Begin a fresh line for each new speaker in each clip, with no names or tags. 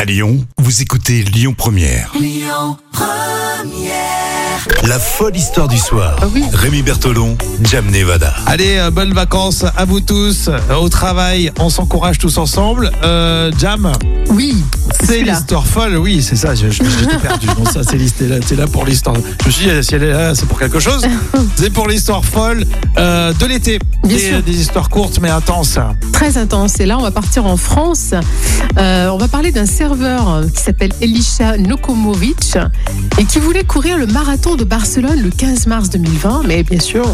À Lyon, vous écoutez Lyon Première. Lyon Première. La folle histoire du soir. Rémi Bertolon, Jam Nevada.
Allez, euh, bonnes vacances à vous tous, euh, au travail, on s'encourage tous ensemble. Euh, Jam,
Oui,
c'est
celui-là.
l'histoire folle, oui, c'est ça, je- je- j'étais perdu. Bon, ça, c'est l'histoire- c'est là, pour l'histoire. Je me suis dit, si elle est là, c'est pour quelque chose. C'est pour l'histoire folle euh, de l'été.
Bien
Des,
sûr.
des histoires courtes mais intenses.
Très intense. Et là, on va partir en France. Euh, on va parler d'un serveur euh, qui s'appelle Elisha Nokomovic et qui voulait courir le marathon de Barcelone le 15 mars 2020. Mais bien sûr,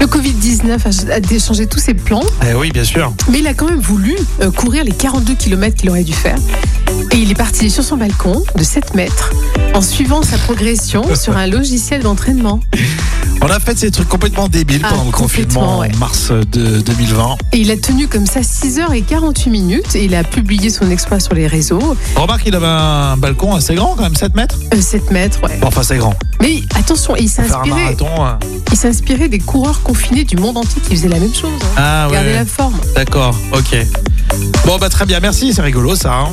le Covid-19 a- a dé- changé tous ses plans.
Eh oui, bien sûr.
Mais il a quand même voulu euh, courir les 42 km qu'il aurait dû faire. Et il est parti sur son balcon de 7 mètres en suivant sa progression sur un logiciel d'entraînement.
On a fait ces trucs complètement débiles
Ah,
pendant le confinement
complètement, ouais.
en mars euh, de 2020.
Et il a tenu comme ça 6h48 minutes et il a publié son exploit sur les réseaux.
Remarque, il avait un balcon assez grand quand même, 7 mètres.
Euh, 7 mètres, ouais.
Bon, enfin, c'est grand.
Mais attention, il s'est
Faire un
inspiré,
marathon. hein.
il s'est inspiré des coureurs confinés du monde entier qui faisaient la même chose. hein.
Ah, ouais.
Regardez la forme.
D'accord, ok. Bon, bah très bien, merci, c'est rigolo ça. hein.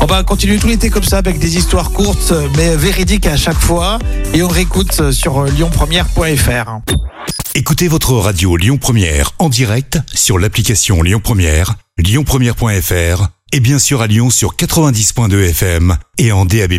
On va continuer tout l'été comme ça avec des histoires courtes mais véridiques à chaque fois. Et on réécoute sur euh, lyonpremière.fr.
Écoutez votre radio Lyon Première en direct sur l'application Lyon Première, lyonpremière.fr et bien sûr à Lyon sur 90.2 FM et en DAB+.